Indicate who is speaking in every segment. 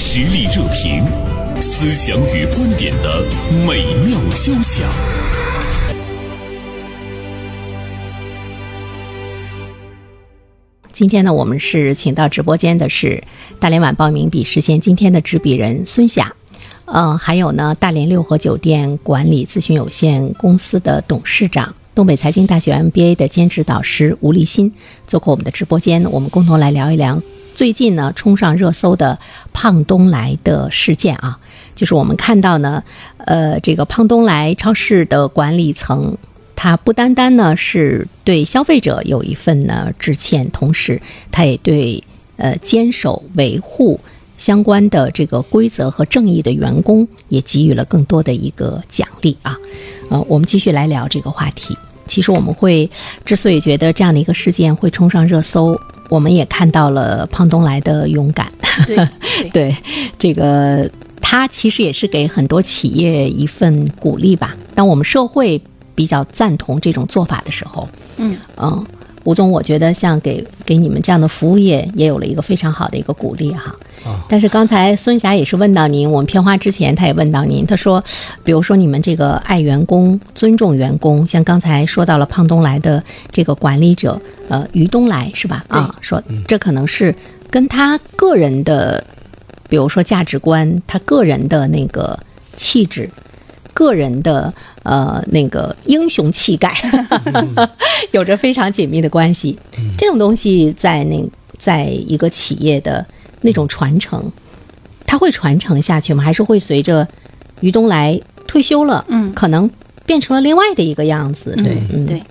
Speaker 1: 实力热评，思想与观点的美妙交响。
Speaker 2: 今天呢，我们是请到直播间的是大连晚报名笔视线今天的执笔人孙霞，嗯、还有呢，大连六合酒店管理咨询有限公司的董事长。东北财经大学 MBA 的兼职导师吴立新做客我们的直播间，我们共同来聊一聊最近呢冲上热搜的胖东来的事件啊，就是我们看到呢，呃，这个胖东来超市的管理层它不单单呢是对消费者有一份呢致歉，同时它也对呃坚守维护相关的这个规则和正义的员工也给予了更多的一个奖励啊。呃，我们继续来聊这个话题。其实我们会之所以觉得这样的一个事件会冲上热搜，我们也看到了胖东来的勇敢。
Speaker 3: 对
Speaker 2: 对，这个它其实也是给很多企业一份鼓励吧。当我们社会比较赞同这种做法的时候，
Speaker 3: 嗯
Speaker 2: 嗯，吴总，我觉得像给给你们这样的服务业也有了一个非常好的一个鼓励哈。但是刚才孙霞也是问到您，我们片花之前她也问到您，她说，比如说你们这个爱员工、尊重员工，像刚才说到了胖东来的这个管理者，呃，于东来是吧？啊，说这可能是跟他个人的，比如说价值观，他个人的那个气质。个人的呃那个英雄气概，
Speaker 4: 嗯
Speaker 2: 有着非常紧密的关系。这种东西在那在一个企业的那种传承，它会传承下去吗？还是会随着于东来退休了，
Speaker 3: 嗯
Speaker 2: 可能变成了另外的一个样子？对，嗯，
Speaker 3: 对，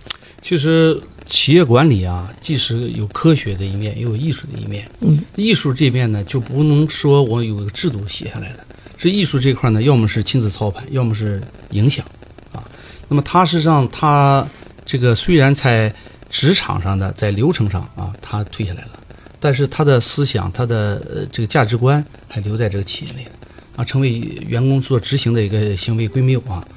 Speaker 4: 其实企业管理啊，既是有科学的一面，也有艺术的一面。
Speaker 2: 嗯，
Speaker 4: 艺术这面呢，就不能说我有个制度写下来的。这艺术这块呢，要么是亲自操盘，要么是影响啊。那么它实际上，它这个虽然在职场上的，在流程上啊，它退下来了，但是他的思想、他的呃这个价值观还留在这个企业里的啊，成为员工所执行的一个行为规谬啊。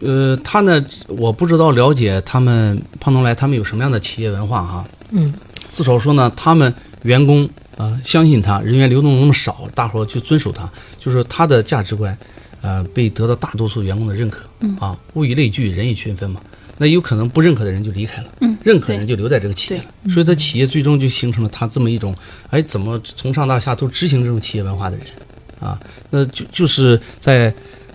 Speaker 4: 呃，他呢，我不知道了解他们胖东来他们有什么样的企业文化哈、
Speaker 2: 嗯，
Speaker 4: 至少说呢，他们员工啊、呃相信他，人员流动那么少，大伙儿去遵守他，就是他的价值观，呃，被得到大多数员工的认可。啊，物以类聚，人以群分嘛。那有可能不认可的人就离开了，
Speaker 3: 嗯
Speaker 4: 认可的人就留在这个企业了，所以他企业最终就形成了他这么一种，哎，怎么从上到下都执行这种企业文化的人，啊，那就就是在，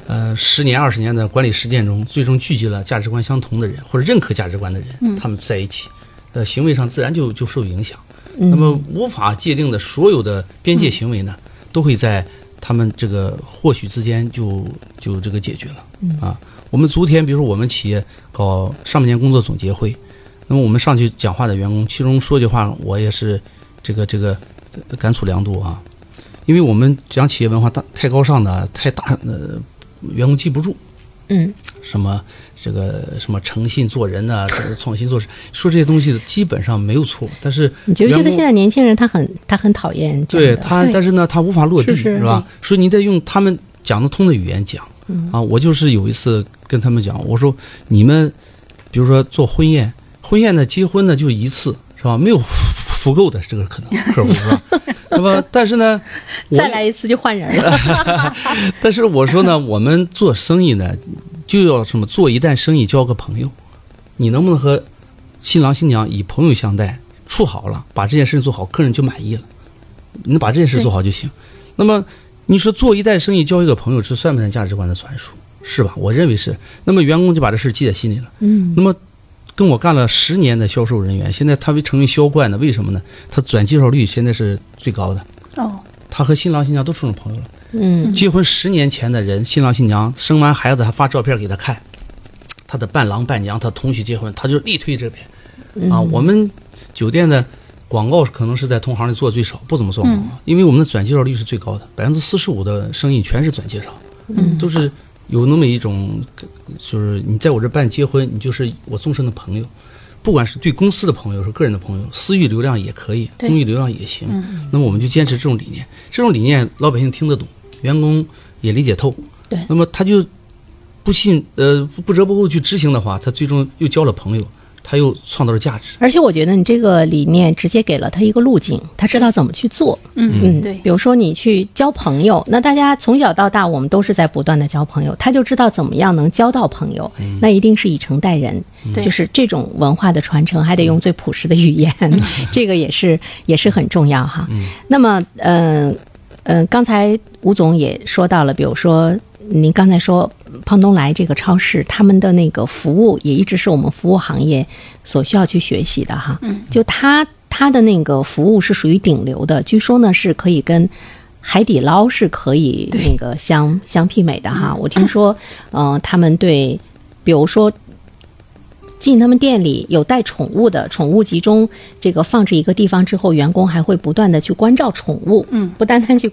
Speaker 4: 呃，十年二十年的管理实践中，最终聚集了价值观相同的人或者认可价值观的人，他们在一起，呃，行为上自然就就受影响。那么无法界定的所有的边界行为呢，都会在他们这个或许之间就就这个解决了、啊。我们昨天，比如说我们企业搞上半年工作总结会，那么我们上去讲话的员工，其中说句话，我也是这个这个呃感触良多啊，因为我们讲企业文化大太高尚的太大呃，员工记不住，
Speaker 2: 嗯，
Speaker 4: 什么这个什么诚信做人呐、这个创新做事，说这些东西基本上没有错，但是
Speaker 2: 你觉不觉
Speaker 4: 员
Speaker 2: 得
Speaker 4: 工
Speaker 2: 现在年轻人他很他很讨厌这
Speaker 4: 对
Speaker 2: 样的？
Speaker 4: 他，
Speaker 3: 对
Speaker 4: 但是呢，他无法落地，
Speaker 2: 是是
Speaker 4: 吧？所以你得用他们讲得通的语言讲。
Speaker 2: 嗯
Speaker 4: 啊，我就是有一次跟他们讲，我说你们，比如说做婚宴，婚宴呢，结婚呢就一次，是吧？没有 复购的这个可能客户是吧？那 么，但是呢，我
Speaker 2: 再来一次就换人 了。
Speaker 4: 但是我说呢，我们做生意呢，就要什么做一单生意交个朋友，你能不能和新郎新娘以朋友相待，处好了，把这件事做好，客人就满意了，你把这件事做好就行。那么你说做一单生意交一个朋友，这算不算价值观的传输？是吧？我认为是。那么员工就把这事记在心里了。
Speaker 2: 嗯
Speaker 4: 那么跟我干了十年的销售人员，现在他为成为销冠的，为什么呢？他转介绍率现在是最高的，
Speaker 3: 哦，
Speaker 4: 他和新郎新娘都处成朋友了。
Speaker 2: 嗯
Speaker 4: 结婚十年前的人，新郎新娘生完孩子还发照片给他看，他的伴郎伴娘，他同许结婚，他就力推这边、
Speaker 2: 嗯
Speaker 4: 啊。我们酒店的广告可能是在同行里做的最少，不怎么做广告，因为我们的转介绍率是最高的，百分之四十五的生意全是转介绍，
Speaker 2: 嗯
Speaker 4: 都是有那么一种，就是你在我这办结婚，你就是我终身的朋友。不管是对公司的朋友，是个人的朋友，私域流量也可以，
Speaker 3: 对
Speaker 4: 公域流量也行。那么我们就坚持这种理念，这种理念老百姓听得懂，员工也理解透。
Speaker 2: 对
Speaker 4: 那么他就不信，呃，不折不扣去执行的话，他最终又交了朋友，他又创造了价值。
Speaker 2: 而且我觉得你这个理念直接给了他一个路径，他知道怎么去做。
Speaker 3: 嗯
Speaker 2: 嗯，
Speaker 3: 对
Speaker 2: 比如说你去交朋友，那大家从小到大我们都是在不断的交朋友，他就知道怎么样能交到朋友，那一定是以诚待人，
Speaker 3: 对
Speaker 2: 就是这种文化的传承，还得用最朴实的语言，这个也是也是很重要哈。那么，嗯、嗯、刚才吴总也说到了，比如说您刚才说胖东来这个超市，他们的那个服务也一直是我们服务行业所需要去学习的哈。嗯，就他他的那个服务是属于顶流的，据说呢是可以跟。海底捞是可以那个相相媲美的哈，我听说，呃，他们对，比如说进他们店里有带宠物的，宠物集中这个放置一个地方之后，员工还会不断的去关照宠物，嗯，不单单去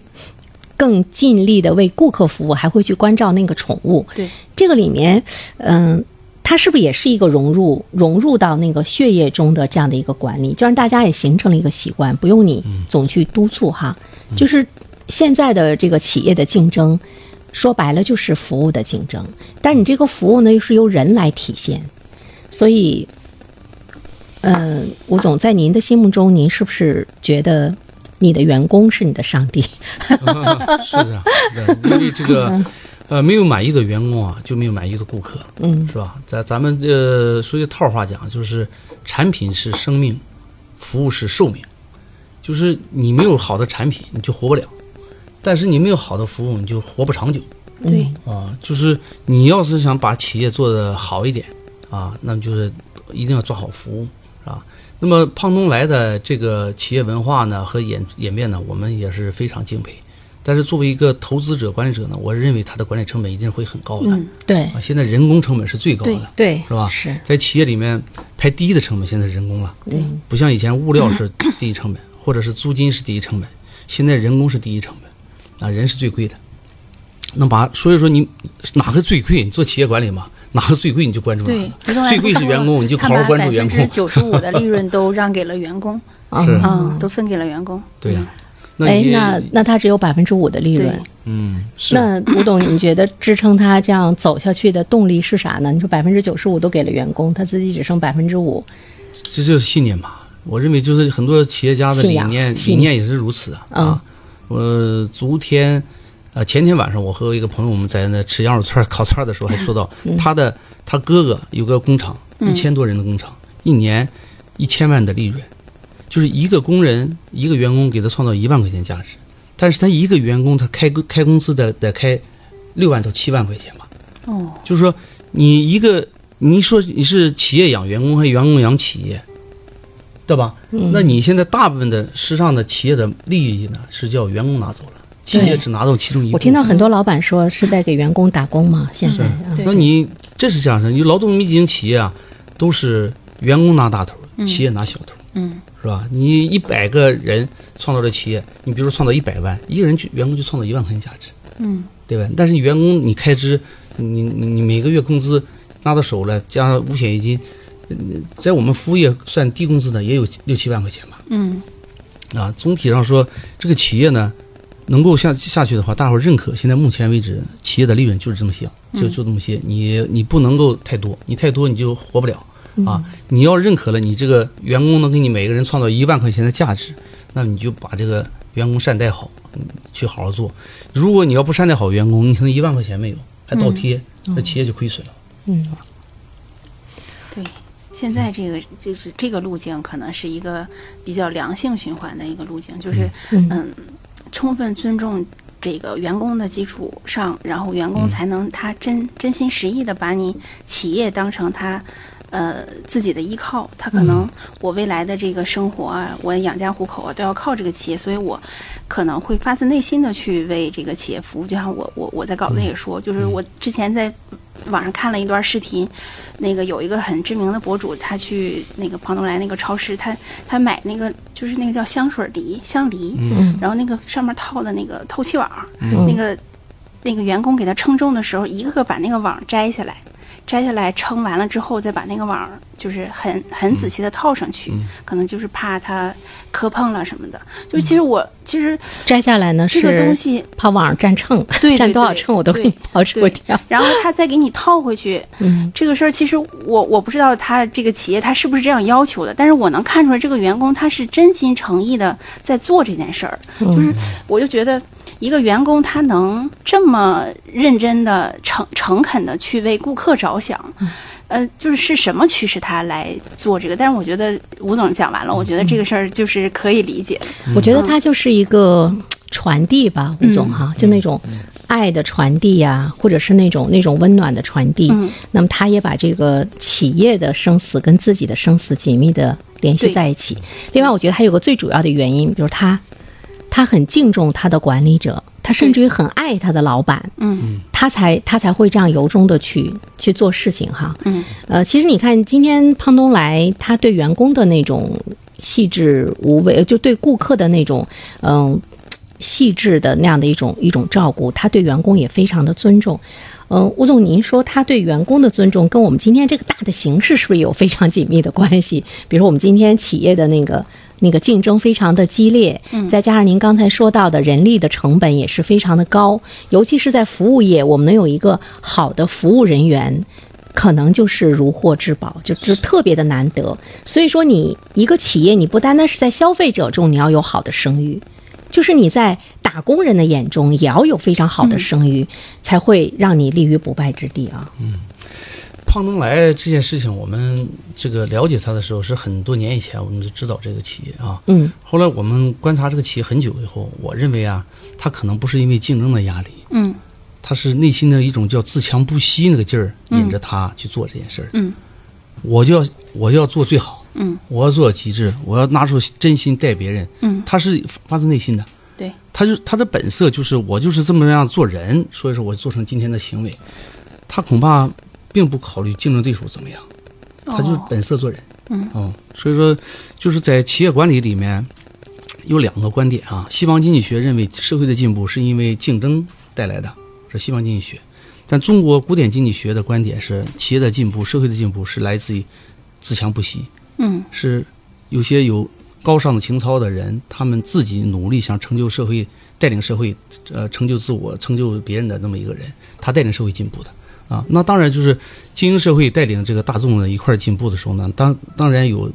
Speaker 2: 更尽力的为顾客服务，还会去关照那个宠物。
Speaker 3: 对，
Speaker 2: 这个里面，嗯、它是不是也是一个融入融入到那个血液中的这样的一个管理，就让大家也形成了一个习惯，不用你总去督促哈。就是现在的这个企业的竞争，说白了就是服务的竞争，但你这个服务呢又是由人来体现，所以。嗯、吴总，在您的心目中，您是不是觉得你的员工是你的上帝？
Speaker 4: 是的，是的，因为这个，呃，没有满意的员工啊，就没有满意的顾客，
Speaker 2: 嗯，
Speaker 4: 是吧？咱咱们呃，说句套话讲，就是产品是生命，服务是寿命，就是你没有好的产品，你就活不了；但是你没有好的服务，你就活不长久
Speaker 3: 对
Speaker 4: 啊。就是你要是想把企业做得好一点啊，那么就是一定要做好服务啊。那么胖东来的这个企业文化呢和演演变呢，我们也是非常敬佩。但是作为一个投资者、管理者呢，我认为它的管理成本一定会很高的、
Speaker 3: 嗯
Speaker 2: 对
Speaker 4: 啊。现在人工成本是最高的
Speaker 3: 对，
Speaker 2: 对，
Speaker 4: 是吧
Speaker 2: 是，
Speaker 4: 在企业里面排第一的成本现在是人工了，
Speaker 2: 对，
Speaker 4: 不像以前物料是第一成本，或者是租金是第一成本，现在人工是第一成本，啊，人是最贵的。那把所以说你哪个最贵？你做企业管理嘛，哪个最贵你就关注哪
Speaker 3: 对
Speaker 4: 个。，嗯最贵是员工，你就好好关注员
Speaker 3: 百分之。
Speaker 4: 工
Speaker 3: 九十五的利润都让给了员工
Speaker 4: 是
Speaker 2: 嗯，
Speaker 3: 啊，都分给了员工。
Speaker 4: 对呀、那
Speaker 2: 哎，
Speaker 4: 你
Speaker 2: 那那他只有百分之五的利
Speaker 3: 对
Speaker 2: 润，
Speaker 4: 嗯是
Speaker 2: 那吴董，你觉得支撑他这样走下去的动力是啥呢？你说百分之九十五都给了员工，他自己只剩百分之五，
Speaker 4: 这就是信念吧。我认为就是很多企业家的
Speaker 2: 信
Speaker 4: 理
Speaker 2: 仰
Speaker 4: 念，
Speaker 2: 信
Speaker 4: 理念也是如此啊。
Speaker 2: 嗯
Speaker 4: 啊，我昨天，呃，前天晚上我和一个朋友我们在那吃羊肉串儿、烤串儿的时候，还说到
Speaker 2: 嗯
Speaker 4: 他的他哥哥有个工厂，一千多人的工厂，一年一千万的利润，就是一个工人一个员工给他创造一万块钱价值，但是他一个员工他开工开工资得得开六万到七万块钱吧。
Speaker 3: 哦，
Speaker 4: 就是说你一个，你说你是企业养员工，还是员工养企业，对吧？
Speaker 2: 嗯
Speaker 4: 那你现在大部分的时尚的企业的利益呢，是叫员工拿走了，企业
Speaker 2: 对
Speaker 4: 只拿走其中一
Speaker 2: 我
Speaker 4: 部分。
Speaker 2: 听到很多老板说是在给员工打工嘛，现在啊，
Speaker 3: 对
Speaker 4: 那你这是这样的，你劳动密集型企业啊，都是员工拿大头，企业拿小头，
Speaker 3: 嗯，
Speaker 4: 是吧？你一百个人创造的企业，你比如说创造一百万，一个人就员工就创造一万块钱价值，
Speaker 3: 嗯，
Speaker 4: 对吧？但是你员工你开支，你你你每个月工资拿到手了，加上五险一金，嗯在我们服务业算低工资的也有六七万块钱吧。
Speaker 3: 嗯，
Speaker 4: 啊，总体上说，这个企业呢，能够下下去的话，大伙儿认可。现在目前为止，企业的利润就是这么些，就就这么些。你你不能够太多，你太多你就活不了啊。你要认可了，你这个员工能给你每个人创造一万块钱的价值，那你就把这个员工善待好，嗯去好好做。如果你要不善待好员工，你可能一万块钱没有，还倒贴，那企业就亏损了。
Speaker 2: 嗯，
Speaker 3: 对。现在这个就是这个路径，可能是一个比较良性循环的一个路径，就是
Speaker 2: 嗯
Speaker 3: 嗯，充分尊重这个员工的基础上，然后员
Speaker 2: 嗯
Speaker 3: 工才能他真真心实意的把你企业当成他。呃，自己的依靠，他
Speaker 2: 嗯
Speaker 3: 可能我未来的这个生活啊，我养家糊口啊，都要靠这个企业，所以我可能会发自内心的去为这个企业服务。就像我我我在稿子也说，就是我之前在网上看了一段视频，那个有一个很知名的博主，他去那个庞东来那个超市，他他买那个就是那个叫香水梨香梨，
Speaker 2: 嗯
Speaker 3: 然后那个上面套的那个透气网儿，那个那个员工给他称重的时候，一个个把那个网摘下来。摘下来称完了之后，再把那个网儿就是很很仔细的套上去，可能就是怕它磕碰了什么的。就其实我、其实
Speaker 2: 摘下来呢
Speaker 3: 这
Speaker 2: 是
Speaker 3: 个东西，
Speaker 2: 怕网上占秤，
Speaker 3: 对对
Speaker 2: 占多少
Speaker 3: 对
Speaker 2: 秤我都给你
Speaker 3: 对
Speaker 2: 刨除
Speaker 3: 对
Speaker 2: 掉。
Speaker 3: 然后他再给你套回去，
Speaker 2: 嗯，
Speaker 3: 这个事儿其实我我不知道他这个企业他是不是这样要求的，但是我能看出来这个员工他是真心诚意的在做这件事儿，
Speaker 2: 嗯
Speaker 3: 就是我就觉得一个员工他能这么认真的诚诚恳的去为顾客着想。
Speaker 2: 嗯
Speaker 3: 呃，就是是什么驱使他来做这个？但是我觉得吴总讲完了，我觉得这个
Speaker 2: 嗯
Speaker 3: 事儿就是可以理解。
Speaker 2: 我觉得它就是一个传递吧，
Speaker 3: 嗯
Speaker 2: 吴总哈，就那种爱的传递呀、或者是那种那种温暖的传递。
Speaker 3: 嗯
Speaker 2: 那么，他也把这个企业的生死跟自己的生死紧密的联系
Speaker 3: 对
Speaker 2: 在一起。另外，我觉得还有个最主要的原因，比如他，他很敬重他的管理者，他甚至于很爱他的老板，
Speaker 3: 嗯
Speaker 2: 他才他才会这样由衷的去去做事情哈。
Speaker 3: 嗯
Speaker 2: 呃，其实你看，今天胖东来，他对员工的那种细致无为，呃就对顾客的那种嗯细致的那样的一种一种照顾，他对员工也非常的尊重。嗯，吴总，您说他对员工的尊重跟我们今天这个大的形势是不是有非常紧密的关系？比如说我们今天企业的那个那个竞争非常的激烈，嗯，再加上您刚才说到的人力的成本也是非常的高，尤其是在服务业，我们能有一个好的服务人员，可能就是如获至宝，就就特别的难得。所以说，你一个企业，你不单单是在消费者中你要有好的声誉，就是你在打工人的眼中也要有非常
Speaker 4: 嗯
Speaker 2: 好的声誉，才会让你立于不败之地啊。
Speaker 4: 胖东来这件事情，我们这个了解他的时候是很多年以前，我们就知道这个企业啊。
Speaker 2: 嗯
Speaker 4: 后来我们观察这个企业很久以后，我认为啊，他可能不是因为竞争的压力，
Speaker 3: 嗯
Speaker 4: 他是内心的一种叫自强不息那个劲儿引着他去做这件事儿。
Speaker 3: 嗯，
Speaker 4: 我就要我就要做最好，
Speaker 3: 嗯，
Speaker 4: 我要做到极致，我要拿出真心待别人。
Speaker 3: 嗯
Speaker 4: 他是发自内心的。
Speaker 3: 对，
Speaker 4: 他就他的本色就是我就是这么样做人，所以说我做成今天的行为。他恐怕并不考虑竞争对手怎么样，他就是
Speaker 3: 哦
Speaker 4: 本色做人。
Speaker 3: 嗯
Speaker 4: 哦，所以说就是在企业管理里面有两个观点啊。西方经济学认为社会的进步是因为竞争带来的，这是西方经济学。但中国古典经济学的观点是，企业的进步、社会的进步是来自于自强不息。
Speaker 3: 嗯
Speaker 4: 是有些有高尚的情操的人，他们自己努力想成就社会、带领社会，呃，成就自我、成就别人的那么一个人，他带领社会进步的啊。那当然就是精英社会带领这个大众的一块儿进步的时候呢，当当然有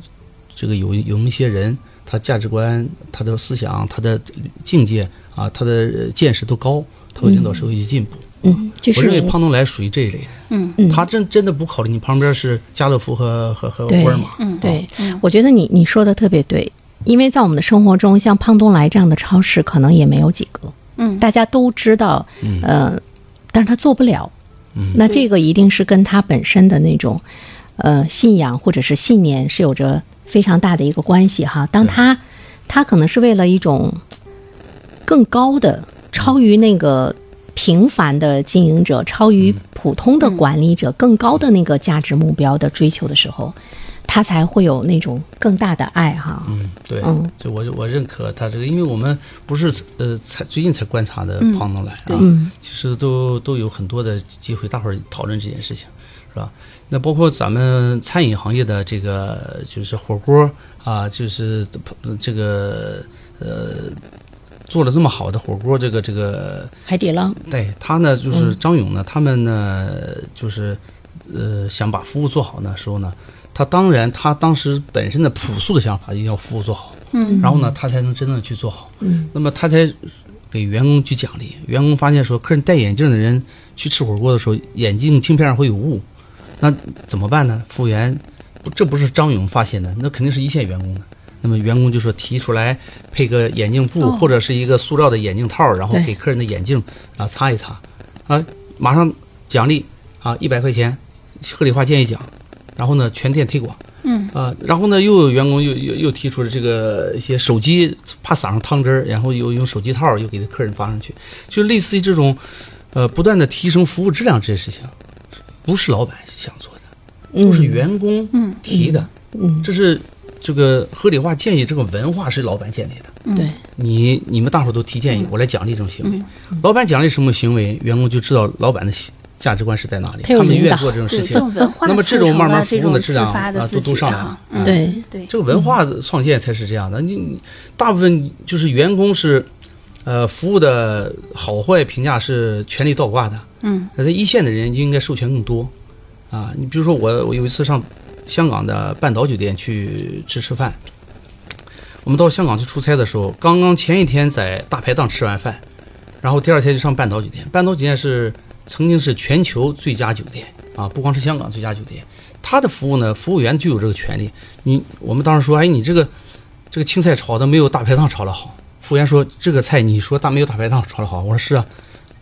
Speaker 4: 这个有有一些人，他价值观、他的思想、他的境界啊、他的呃见识都高，他会领导社会去进步。
Speaker 2: 嗯，就
Speaker 4: 我
Speaker 2: 是
Speaker 4: 认为
Speaker 2: 您
Speaker 4: 胖东来属于这一类人，
Speaker 3: 嗯
Speaker 2: 嗯
Speaker 4: 他真真的不考虑你旁边是家乐福和和和
Speaker 2: 对
Speaker 4: 沃尔玛。
Speaker 3: 嗯，
Speaker 2: 对
Speaker 3: 嗯，
Speaker 2: 我觉得你你说的特别对，因为在我们的生活中，像胖东来这样的超市可能也没有几个，
Speaker 3: 嗯
Speaker 2: 大家都知道，
Speaker 4: 嗯
Speaker 2: 呃，但是他做不了，嗯，那这个一定是跟他本身的那种呃信仰或者是信念是有着非常大的一个关系哈。当他他可能是为了一种更高的，超于那个平凡的经营者，超于普通的管理者更高的那个价值目标的追求的时候，他才会有那种更大的爱哈。
Speaker 4: 嗯，对，
Speaker 2: 嗯
Speaker 4: 就我我认可他这个，因为我们不是呃才最近才观察的
Speaker 3: 嗯
Speaker 4: 胖东来啊，
Speaker 3: 对
Speaker 2: 嗯
Speaker 4: 其实都都有很多的机会，大伙儿讨论这件事情，是吧？那包括咱们餐饮行业的这个就是火锅啊，就是呃这个呃做了这么好的火锅，这个这个
Speaker 2: 海底捞，
Speaker 4: 对他呢，就是张勇呢，他们呢，就是呃，想把服务做好呢时候呢，他当然他当时本身的朴素的想法，一定要服务做好，
Speaker 3: 嗯，
Speaker 4: 然后呢，他才能真正地去做好，
Speaker 2: 嗯，
Speaker 4: 那么他才给员工去奖励。员工发现说，客人戴眼镜的人去吃火锅的时候，眼镜镜片上会有雾，那怎么办呢？服务员，不这不是张勇发现的，那肯定是一线员工的。那么员工就说提出来配个眼镜布、
Speaker 3: 哦
Speaker 4: 或者是一个塑料的眼镜套，然后
Speaker 2: 对
Speaker 4: 给客人的眼镜啊擦一擦，啊，马上奖励啊一百块钱，合理化建议奖，然后呢全店推广。
Speaker 3: 嗯
Speaker 4: 啊，然后呢，又有员工又又又提出了这个一些手机怕撒上汤汁儿，然后又用手机套儿又给客人发上去，就类似于这种，呃，不断的提升服务质量这些事情，不是老板想做的，
Speaker 2: 嗯
Speaker 4: 都是员工
Speaker 3: 嗯
Speaker 4: 提的，
Speaker 2: 嗯，
Speaker 4: 这是这个合理化建议这个文化是老板建立的。
Speaker 2: 嗯对，嗯
Speaker 4: 你你们大伙儿都提建议，我来奖励这种行为。老板奖励什么行为，员工就知道老板的行价值观是在哪里，
Speaker 2: 他有
Speaker 4: 他们
Speaker 2: 引
Speaker 4: 愿意
Speaker 2: 导
Speaker 4: 做这种
Speaker 3: 对
Speaker 4: 事
Speaker 3: 这
Speaker 4: 情。
Speaker 3: 种文化
Speaker 4: 那么
Speaker 3: 促
Speaker 4: 这
Speaker 3: 成
Speaker 4: 种慢慢
Speaker 3: 了这
Speaker 4: 服务的
Speaker 3: 种
Speaker 4: 质
Speaker 3: 自
Speaker 4: 量
Speaker 3: 发的
Speaker 4: 啊
Speaker 3: 自
Speaker 4: 都都
Speaker 3: 觉
Speaker 4: 上来
Speaker 3: 啊
Speaker 4: 了，
Speaker 3: 嗯，
Speaker 2: 对，
Speaker 3: 对，
Speaker 4: 这个文化的创建才是这样的。你你大部分就是员工是，呃，服务的好坏评价是权力倒挂的。
Speaker 3: 嗯
Speaker 4: 那在一线的人就应该授权更多，啊，你比如说我，我有一次上香港的半岛酒店去吃吃饭，我们到香港去出差的时候，刚刚前一天在大排档吃完饭，然后第二天就上半岛酒店。半岛酒店是曾经是全球最佳酒店啊，不光是香港最佳酒店，它的服务呢，服务员就有这个权利。你我们当时说，哎，你这个这个青菜炒的没有大排档炒的好。服务员说这个菜你说大没有大排档炒的好，我说是啊，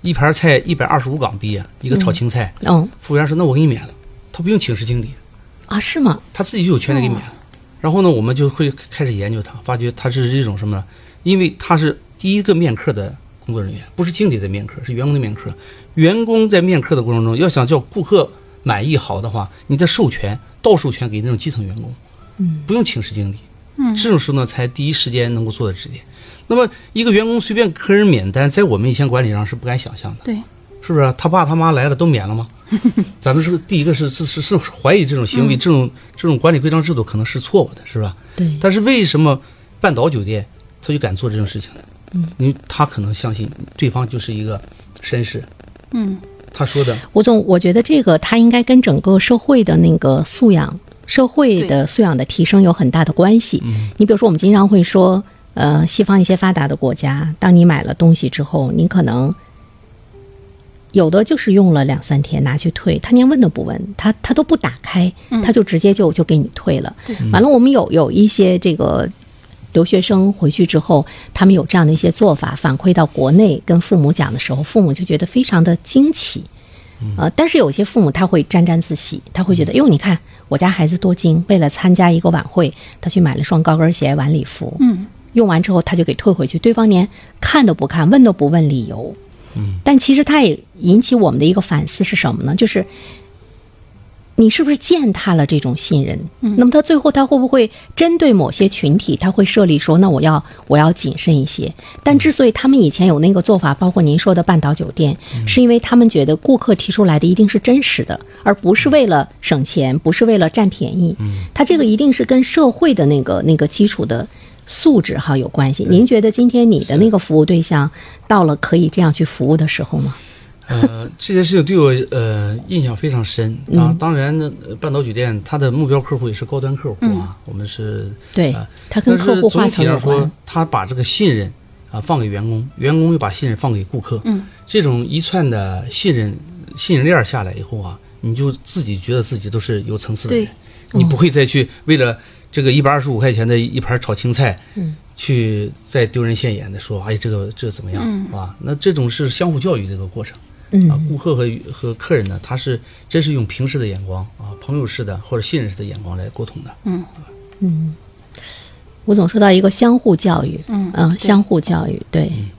Speaker 4: 一盘菜一百二十五港币啊，一个炒青菜。
Speaker 2: 嗯
Speaker 4: 服务员说那我给你免了，他不用请示经理，
Speaker 2: 啊，是吗？
Speaker 4: 他自己就有权利给免
Speaker 3: 哦
Speaker 4: 了。然后呢，我们就会开始研究他，发觉他是这种什么呢？因为他是第一个面客的工作人员，不是经理的面客，是员工的面客。员工在面客的过程中，要想叫顾客满意好的话，你得授权到授权给那种基层员工，嗯，不用请示经理，
Speaker 3: 嗯
Speaker 4: 这种时候呢，才第一时间能够做到指点。那么，一个员工随便客人免单，在我们以前管理上是不敢想象的。
Speaker 3: 对，
Speaker 4: 是不是他爸他妈来了都免了吗？咱们是第一个是是是是怀疑这种行为，这种这种管理规章制度可能是错误的，是吧？
Speaker 2: 对，
Speaker 4: 但是为什么半岛酒店他就敢做这种事情呢？嗯，因为他可能相信对方就是一个绅士，
Speaker 3: 嗯，
Speaker 4: 他说的
Speaker 2: 吴总，我觉得这个它应该跟整个社会的那个素养、社会的素养的提升有很大的关系。你比如说，我们经常会说，呃，西方一些发达的国家，当你买了东西之后，你可能有的就是用了两三天拿去退，他连问都不问，他他都不打开，他就直接就就给你退了。完了，我们有有一些这个留学生回去之后，他们有这样的一些做法，反馈到国内跟父母讲的时候，父母就觉得非常的惊奇。呃，但是有些父母他会沾沾自喜，他会觉得，哟，你看我家孩子多精，为了参加一个晚会，他去买了双高跟鞋、晚礼服，嗯，用完之后他就给退回去，对方连看都不看，问都不问理由，嗯，但其实他也引起我们的一个反思是什么呢？就是你是不是践踏了这种信任？嗯、那么他最后他会不会针对某些群体，他会设立说，那我要我要谨慎一些。但之所以他们以前有那个做法，包括您说的半岛酒店，
Speaker 4: 嗯
Speaker 2: 是因为他们觉得顾客提出来的一定是真实的，而不是为了省钱，不是为了占便宜。
Speaker 4: 嗯
Speaker 2: 他这个一定是跟社会的那个那个基础的素质哈有关系。您觉得今天你的那个服务对象到了可以这样去服务的时候吗？
Speaker 4: 呃，这件事情对我呃印象非常深。当当然呢，呃半岛酒店它的目标客户也是高端客户啊，我们是
Speaker 2: 对
Speaker 4: 啊，
Speaker 2: 他跟客户划
Speaker 4: 但是总
Speaker 2: 层
Speaker 4: 体
Speaker 2: 有
Speaker 4: 上说
Speaker 2: 关。，
Speaker 4: 他把这个信任啊放给员工，员工又把信任放给顾客，
Speaker 3: 嗯，
Speaker 4: 这种一串的信任信任链儿下来以后啊，你就自己觉得自己都是有层次的人
Speaker 3: 对，
Speaker 4: 你
Speaker 2: 哦
Speaker 4: 不会再去为了这个一百二十五块钱的一盘炒青菜，
Speaker 2: 嗯，
Speaker 4: 去再丢人现眼的说，哎，这个这个怎么样、啊？那这种是相互教育的一个过程。啊，
Speaker 2: 嗯
Speaker 4: 顾客和和客人呢，他是真是用平视的眼光啊，朋友式的或者信任式的眼光来沟通的。
Speaker 2: 嗯，吴总说到一个相互教育，
Speaker 3: 嗯
Speaker 2: 嗯、
Speaker 3: 对
Speaker 2: 相互教育，对。
Speaker 4: 嗯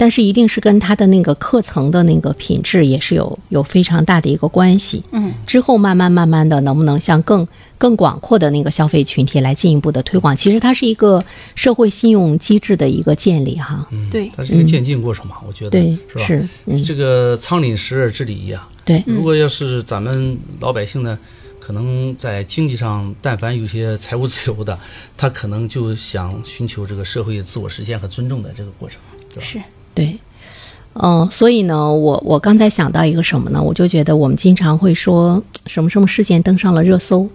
Speaker 2: 但是一定是跟他的那个课程的那个品质也是有有非常大的一个关系。
Speaker 3: 嗯，
Speaker 2: 之后慢慢慢慢的，能不能向更更广阔的那个消费群体来进一步的推广？其实它是一个社会信用机制的一个建立哈。
Speaker 3: 对，
Speaker 4: 它是一个渐进过程嘛，我觉得
Speaker 2: 对，
Speaker 4: 嗯吧？
Speaker 2: 嗯，
Speaker 4: 这个仓廪实而知礼仪啊。
Speaker 2: 对，
Speaker 4: 如果要是咱们老百姓呢，可能在经济上但凡有些财务自由的，他可能就想寻求这个社会自我实现和尊重的这个过程。对吧
Speaker 3: 是，
Speaker 2: 对，嗯、所以呢，我我刚才想到一个什么呢？我就觉得我们经常会说什么什么事件登上了热搜，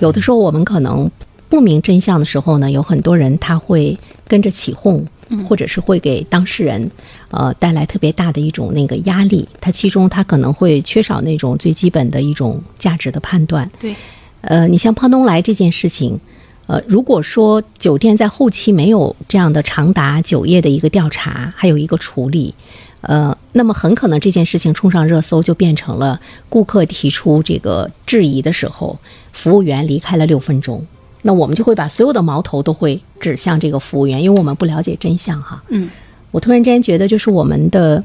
Speaker 2: 有的时候我们可能不明真相的时候呢，有很多人他会跟着起哄，或者是会给当事人呃带来特别大的一种那个压力，他其中他可能会缺少那种最基本的一种价值的判断。
Speaker 3: 对，
Speaker 2: 呃，你像胖东来这件事情，呃，如果说酒店在后期没有这样的长达九夜的一个调查，还有一个处理，呃，那么很可能这件事情冲上热搜，就变成了顾客提出这个质疑的时候，服务员离开了六分钟。那我们就会把所有的矛头都会指向这个服务员，因为我们不了解真相哈。
Speaker 3: 嗯，
Speaker 2: 我突然之间觉得，就是我们的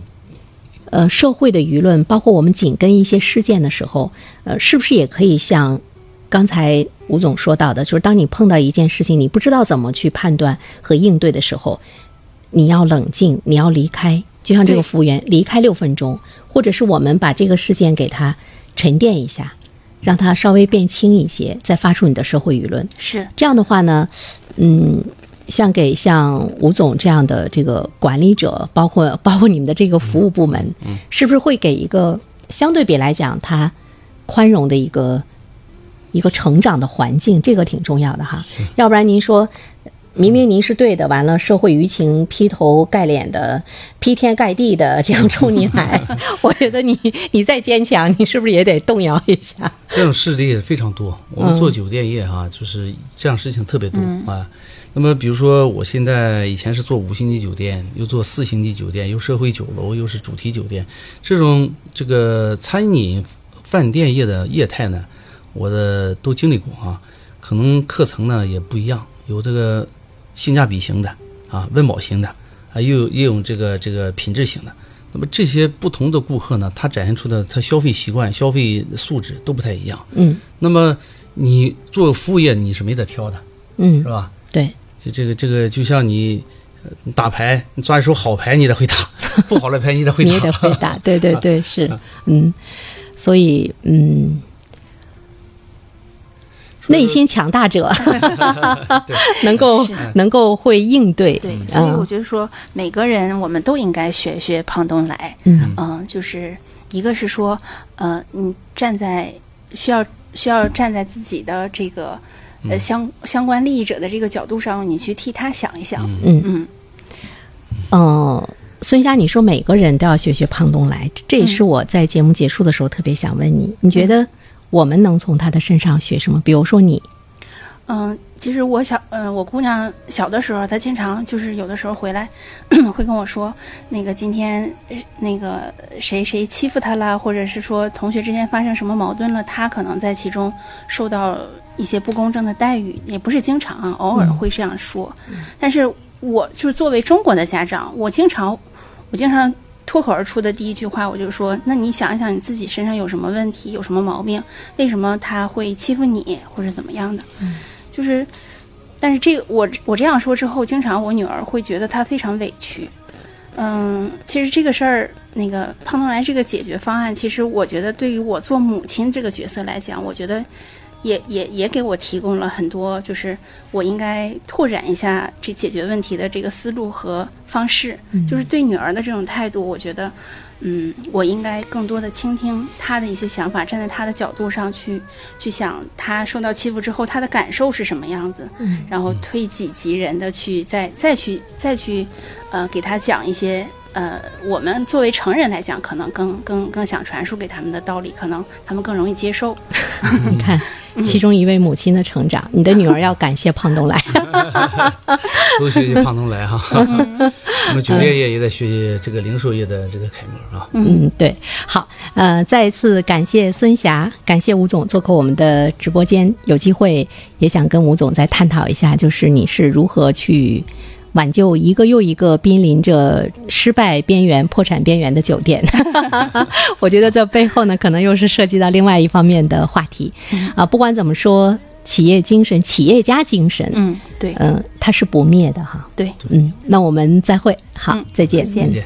Speaker 2: 呃社会的舆论，包括我们紧跟一些事件的时候，呃，是不是也可以像刚才吴总说到的，就是当你碰到一件事情，你不知道怎么去判断和应对的时候，你要冷静，你要离开，就像这个服务员离开六分钟，或者是我们把这个事件给他沉淀一下，让它稍微变轻一些，再发出你的社会舆论。
Speaker 3: 是
Speaker 2: 这样的话呢，嗯，像给像吴总这样的这个管理者，包括 包括你们的这个服务部门，是不是会给一个相对比来讲他宽容的一个一个成长的环境？这个挺重要的哈，要不然您说。嗯明明您是对的，完了社会舆情劈头盖脸的、劈天盖地的这样冲您 来，我觉得你你再坚强，你是不是也得动摇一下？
Speaker 4: 这种事例也非常多。我们做酒店业啊，就是这样事情特别多、啊。那么，比如说，我现在以前是做五星级酒店，又做四星级酒店，又社会酒楼，又是主题酒店，这种这个餐饮饭店业的业态呢，我的都经历过啊。可能课程呢也不一样，有这个性价比型的啊，温饱型的啊，又有也有这个这个品质型的。那么这些不同的顾客呢，他展现出的他消费习惯、消费素质都不太一样。
Speaker 2: 嗯
Speaker 4: 那么你做服务业你是没得挑的，
Speaker 2: 嗯
Speaker 4: 是，吧？
Speaker 2: 对，
Speaker 4: 这这个这个就像你呃你打牌，你抓一手好牌你得会 打，不好的牌你得会打。
Speaker 2: 你也得会打，对对对，是，嗯，所以嗯，
Speaker 4: 说
Speaker 2: 内心啊强大者，能够能够会应对，
Speaker 3: 对，所以
Speaker 2: 啊
Speaker 3: 我，觉得说每个人我们都应该学学胖东来，
Speaker 2: 嗯
Speaker 3: 嗯、就是一个是说，呃，你站在需要需要站在自己的这个呃相相关利益者的这个角度上，你去替他想一想，
Speaker 2: 嗯
Speaker 3: 嗯，
Speaker 2: 嗯，孙霞，你说每个人都要学学胖东来，这也是我在节目结束的时候特别想问你，你觉得我们能从他的身上学什么？比如说你，
Speaker 3: 嗯，其实我小，嗯、我姑娘小的时候，她经常就是有的时候回来 会跟我说，那个今天呃那个谁谁欺负她啦，或者是说同学之间发生什么矛盾了，她可能在其中受到一些不公正的待遇，也不是经常啊，偶尔会这样说。但是我就是作为中国的家长，我经常我经常脱口而出的第一句话，我就说，那你想一想你自己身上有什么问题，有什么毛病，为什么他会欺负你或者怎么样的？就是，但是这个我我这样说之后，经常我女儿会觉得她非常委屈。嗯，其实这个事儿，那个胖东来这个解决方案，其实我觉得对于我做母亲这个角色来讲，我觉得也也也给我提供了很多，就是我应该拓展一下这解决问题的这个思路和方式。就是对女儿的这种态度，我觉得，嗯，我应该更多的倾听她的一些想法，站在她的角度上去去想她受到欺负之后她的感受是什么样子，
Speaker 2: 嗯
Speaker 3: 然后推己及人的去再再去再去，呃，给她讲一些呃，我们作为成人来讲，可能更更更想传输给他们的道理，可能他们更容易接受。
Speaker 2: 你看其中一位母亲的成长，你的女儿要感谢胖东来，
Speaker 4: 多学习胖东来哈。
Speaker 2: 嗯
Speaker 4: 那么酒店业也得学习这个零售业的这个楷模啊。
Speaker 2: 嗯，对，好，呃，再一次感谢孙霞，感谢吴总做客我们的直播间，有机会也想跟吴总再探讨一下，就是你是如何去挽救一个又一个濒临着失败边缘、破产边缘的酒 店。我觉得这背后呢，可能又是涉及到另外一方面的话题，
Speaker 3: 嗯
Speaker 2: 啊、不管怎么说，企业精神、企业家精神，呃
Speaker 3: 嗯，对
Speaker 2: 嗯、它是不灭的哈。
Speaker 3: 对。
Speaker 2: 嗯，那我们再会，好，再见，
Speaker 3: 再见
Speaker 2: 嗯
Speaker 4: 再见。